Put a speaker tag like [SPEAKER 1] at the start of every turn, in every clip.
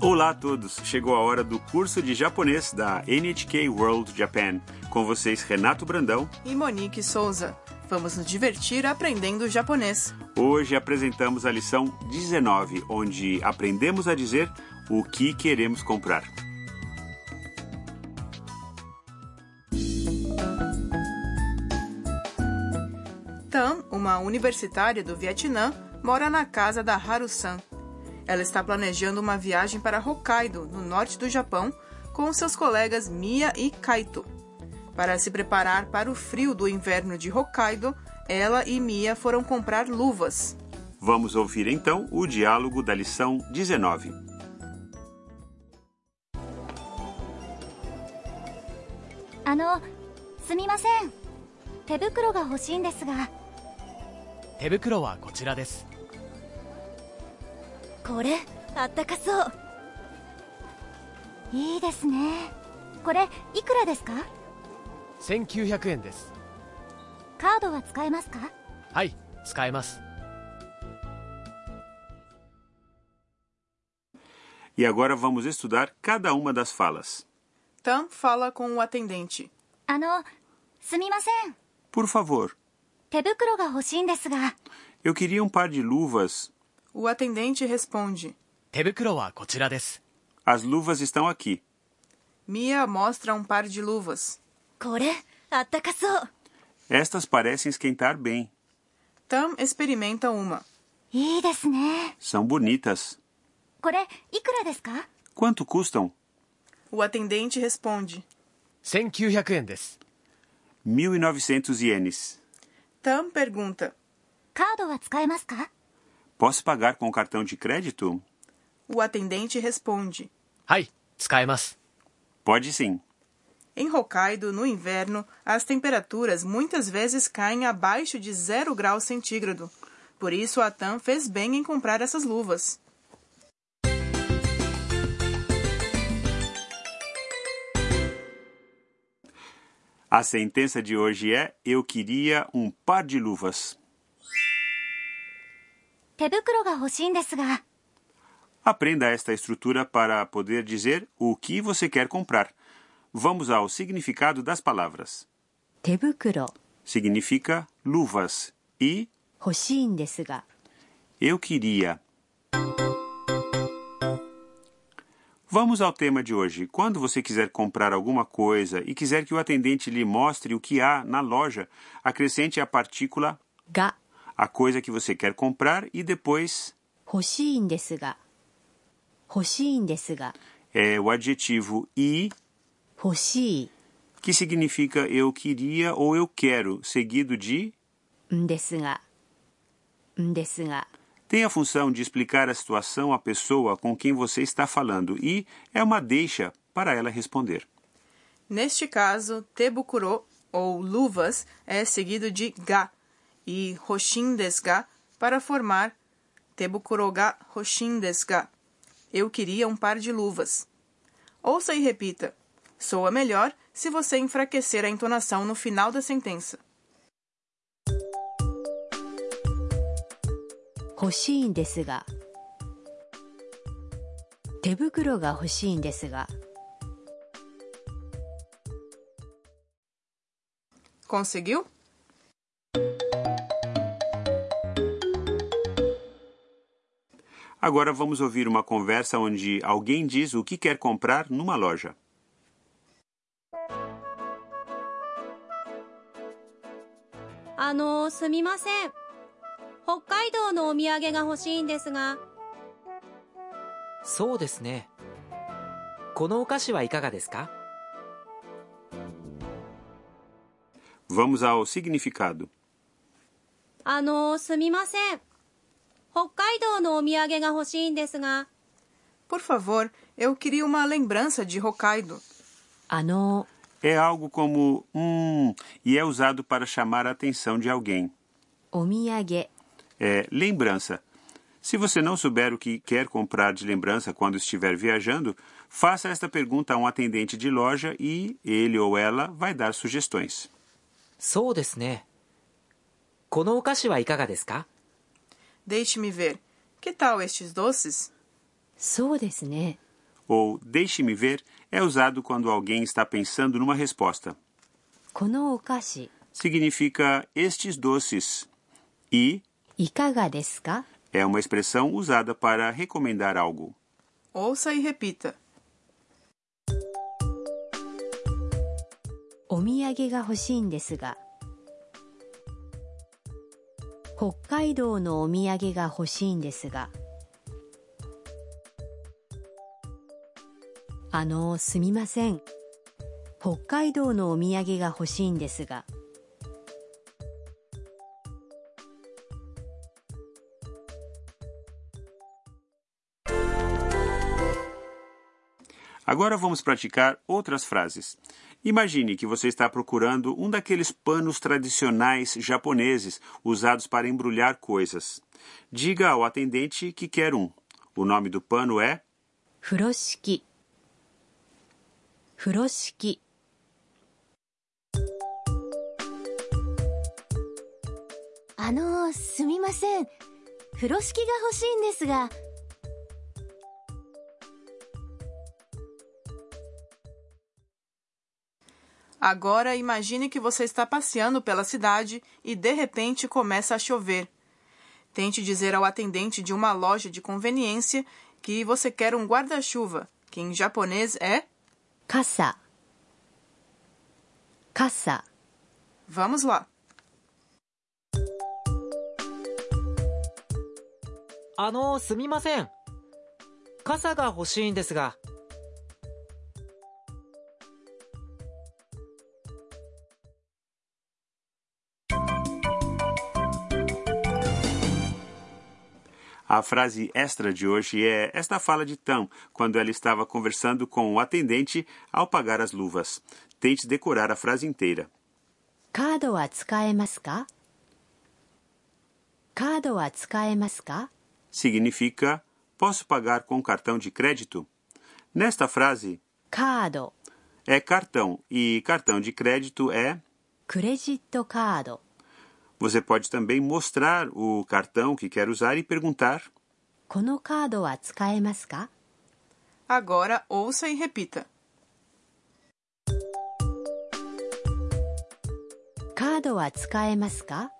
[SPEAKER 1] Olá a todos! Chegou a hora do curso de japonês da NHK World Japan. Com vocês, Renato Brandão.
[SPEAKER 2] E Monique Souza. Vamos nos divertir aprendendo japonês.
[SPEAKER 1] Hoje apresentamos a lição 19, onde aprendemos a dizer o que queremos comprar.
[SPEAKER 2] Tam, uma universitária do Vietnã, mora na casa da Haru-san. Ela está planejando uma viagem para Hokkaido, no norte do Japão, com seus colegas Mia e Kaito. Para se preparar para o frio do inverno de Hokkaido, ela e Mia foram comprar luvas.
[SPEAKER 1] Vamos ouvir então o diálogo da lição 19.
[SPEAKER 3] あのすみません手袋が欲しいんですが
[SPEAKER 4] 手袋はこちらです
[SPEAKER 3] これあったかそういいですねこれいくらですか
[SPEAKER 4] 1900円です
[SPEAKER 3] カードは使えますか
[SPEAKER 4] はい使えます
[SPEAKER 1] E agora vamos estudar cada uma das falas.
[SPEAKER 2] Tam fala com o atendente.
[SPEAKER 3] あのすみません
[SPEAKER 1] Por favor,
[SPEAKER 3] 手袋が欲しいんですが
[SPEAKER 1] eu queria um par de luvas.
[SPEAKER 2] O atendente responde.
[SPEAKER 4] 手袋はこちらです
[SPEAKER 1] As luvas estão aqui.
[SPEAKER 2] Mia mostra um par de luvas.
[SPEAKER 3] これあったかそう
[SPEAKER 1] Estas parecem esquentar bem.
[SPEAKER 2] Tam experimenta uma.
[SPEAKER 3] いいですね
[SPEAKER 1] São bonitas.
[SPEAKER 3] これいくらですか
[SPEAKER 1] Quanto custam?
[SPEAKER 2] O atendente responde.
[SPEAKER 4] 1900円です
[SPEAKER 1] 1.900 ienes.
[SPEAKER 2] Tam pergunta.
[SPEAKER 3] カードは使えますか
[SPEAKER 1] Posso pagar com cartão de crédito?
[SPEAKER 2] O atendente responde.
[SPEAKER 4] はい使えます
[SPEAKER 1] Pode sim.
[SPEAKER 2] Em Hokkaido, no inverno, as temperaturas muitas vezes caem abaixo de zero graus centígrado. Por isso, a TAM fez bem em comprar essas luvas.
[SPEAKER 1] A sentença de hoje é: Eu queria um par de luvas.
[SPEAKER 3] 手袋が欲しいんですが
[SPEAKER 1] Aprenda esta estrutura para poder dizer o que você quer comprar. Vamos ao significado das palavras.
[SPEAKER 5] 手袋
[SPEAKER 1] Significa luvas e
[SPEAKER 5] 欲しいんですが
[SPEAKER 1] eu queria. Vamos ao tema de hoje. Quando você quiser comprar alguma coisa e quiser que o atendente lhe mostre o que há na loja, acrescente a partícula
[SPEAKER 5] が
[SPEAKER 1] a coisa que você quer comprar e depois
[SPEAKER 5] 欲しいんですが欲しいんですが
[SPEAKER 1] é o adjetivo e
[SPEAKER 5] 欲しい
[SPEAKER 1] que significa eu queria ou eu quero, seguido de
[SPEAKER 5] んですがんですが
[SPEAKER 1] tem a função de explicar a situação à pessoa com quem você está falando e é uma deixa para ela responder.
[SPEAKER 2] Neste caso, tebukuro, ou luvas, é seguido de ga e hoshin desu ga para formar tebukuro ga hoshin desu ga. Eu queria um par de luvas. Ouça e repita. Soa melhor se você enfraquecer a entonação no final da sentença.
[SPEAKER 5] 欲しいんですが手袋が欲しいんですが
[SPEAKER 2] Conseguiu?
[SPEAKER 1] Agora vamos ouvir uma conversa onde alguém diz o que quer comprar numa loja.
[SPEAKER 6] あのすみません北海道のお土産が欲しいんですが
[SPEAKER 7] そうですねこのお菓子はいかがですか
[SPEAKER 1] Vamos ao significado.
[SPEAKER 6] あのすみません北海道のお土産が欲しいんですが
[SPEAKER 2] Por favor, eu queria uma lembrança de Hokkaido.
[SPEAKER 5] あの
[SPEAKER 1] É algo como hum e é usado para chamar a atenção de alguém.
[SPEAKER 5] お土産
[SPEAKER 1] é lembrança. Se você não souber o que quer comprar de lembrança quando estiver viajando, faça esta pergunta a um atendente de loja e ele ou ela vai dar sugestões.
[SPEAKER 7] そうですねこのお菓子はいかがですか
[SPEAKER 2] Deixe-me ver. Que tal estes doces?
[SPEAKER 5] そうですね。
[SPEAKER 1] ou deixe-me ver é usado quando alguém está pensando numa resposta.
[SPEAKER 5] このお菓子、
[SPEAKER 1] Significa estes doces. E
[SPEAKER 5] いかがですか
[SPEAKER 1] é uma expressão usada para recomendar algo.
[SPEAKER 2] Ouça e repita.
[SPEAKER 5] お土産が欲しいんですが。北海道のお土産が欲しいんですが。あの、すみません。北海道のお土産が欲しいんですが。
[SPEAKER 1] Agora vamos praticar outras frases. Imagine que você está procurando um daqueles panos tradicionais japoneses usados para embrulhar coisas. Diga ao atendente que quer um. O nome do pano é
[SPEAKER 5] 風呂敷風呂敷
[SPEAKER 3] あのすみません風呂敷が欲しいんですが
[SPEAKER 2] Agora imagine que você está passeando pela cidade e de repente começa a chover. Tente dizer ao atendente de uma loja de conveniência que você quer um guarda-chuva, que em japonês é
[SPEAKER 5] 傘傘
[SPEAKER 2] Vamos lá.
[SPEAKER 7] あのすみません傘が欲しいんですが
[SPEAKER 1] A frase extra de hoje é esta fala de Tam, quando ela estava conversando com o atendente ao pagar as luvas. Tente decorar a frase inteira.
[SPEAKER 5] カードは使えますかカードは使えますか
[SPEAKER 1] Significa: posso pagar com cartão de crédito? Nesta frase,
[SPEAKER 5] カード
[SPEAKER 1] é cartão e cartão de crédito é.
[SPEAKER 5] クレジットカード
[SPEAKER 1] Você pode também mostrar o cartão que quer usar e perguntar.
[SPEAKER 5] このカードは使えますか
[SPEAKER 2] Agora ouça e repita.
[SPEAKER 5] カードは使えますか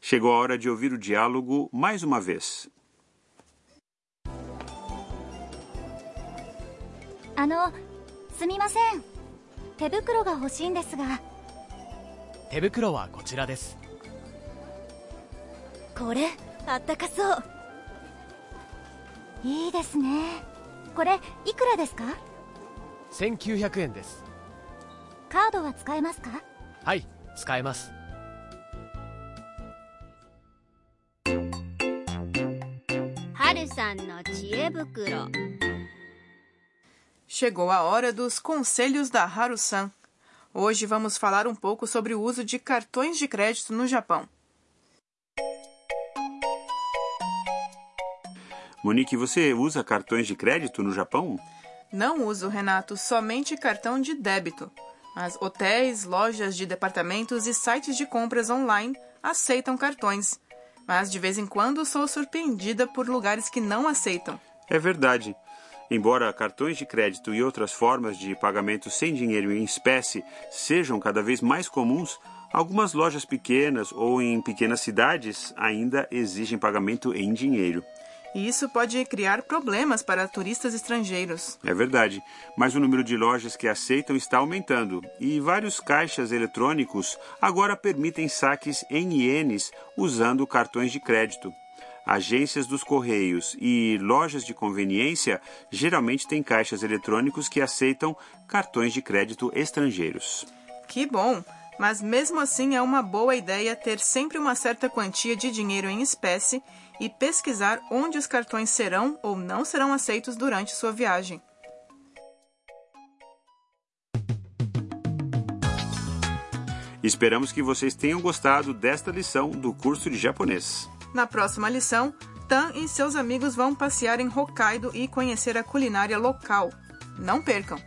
[SPEAKER 1] Chegou a hora de ouvir o diálogo mais uma vez.
[SPEAKER 3] あのすみません手袋が欲しいんですが
[SPEAKER 4] 手袋はこちらです
[SPEAKER 3] これあったかそういいですねこれいくらですか
[SPEAKER 4] 1900円です
[SPEAKER 3] カードは使えますか
[SPEAKER 4] はい使えます
[SPEAKER 6] はるさんの知恵袋
[SPEAKER 2] Chegou a hora dos conselhos da Haru-san. Hoje vamos falar um pouco sobre o uso de cartões de crédito no Japão.
[SPEAKER 1] Monique, você usa cartões de crédito no Japão?
[SPEAKER 2] Não uso, Renato, somente cartão de débito. Mas hotéis, lojas de departamentos e sites de compras online aceitam cartões. Mas de vez em quando sou surpreendida por lugares que não aceitam.
[SPEAKER 1] É verdade. Embora cartões de crédito e outras formas de pagamento sem dinheiro e em espécie sejam cada vez mais comuns, algumas lojas pequenas ou em pequenas cidades ainda exigem pagamento em dinheiro.
[SPEAKER 2] E isso pode criar problemas para turistas estrangeiros.
[SPEAKER 1] É verdade, mas o número de lojas que aceitam está aumentando e vários caixas eletrônicos agora permitem saques em ienes usando cartões de crédito. Agências dos correios e lojas de conveniência geralmente têm caixas eletrônicos que aceitam cartões de crédito estrangeiros.
[SPEAKER 2] Que bom! Mas mesmo assim é uma boa ideia ter sempre uma certa quantia de dinheiro em espécie e pesquisar onde os cartões serão ou não serão aceitos durante sua viagem.
[SPEAKER 1] Esperamos que vocês tenham gostado desta lição do curso de japonês.
[SPEAKER 2] Na próxima lição, Tan e seus amigos vão passear em Hokkaido e conhecer a culinária local. Não percam!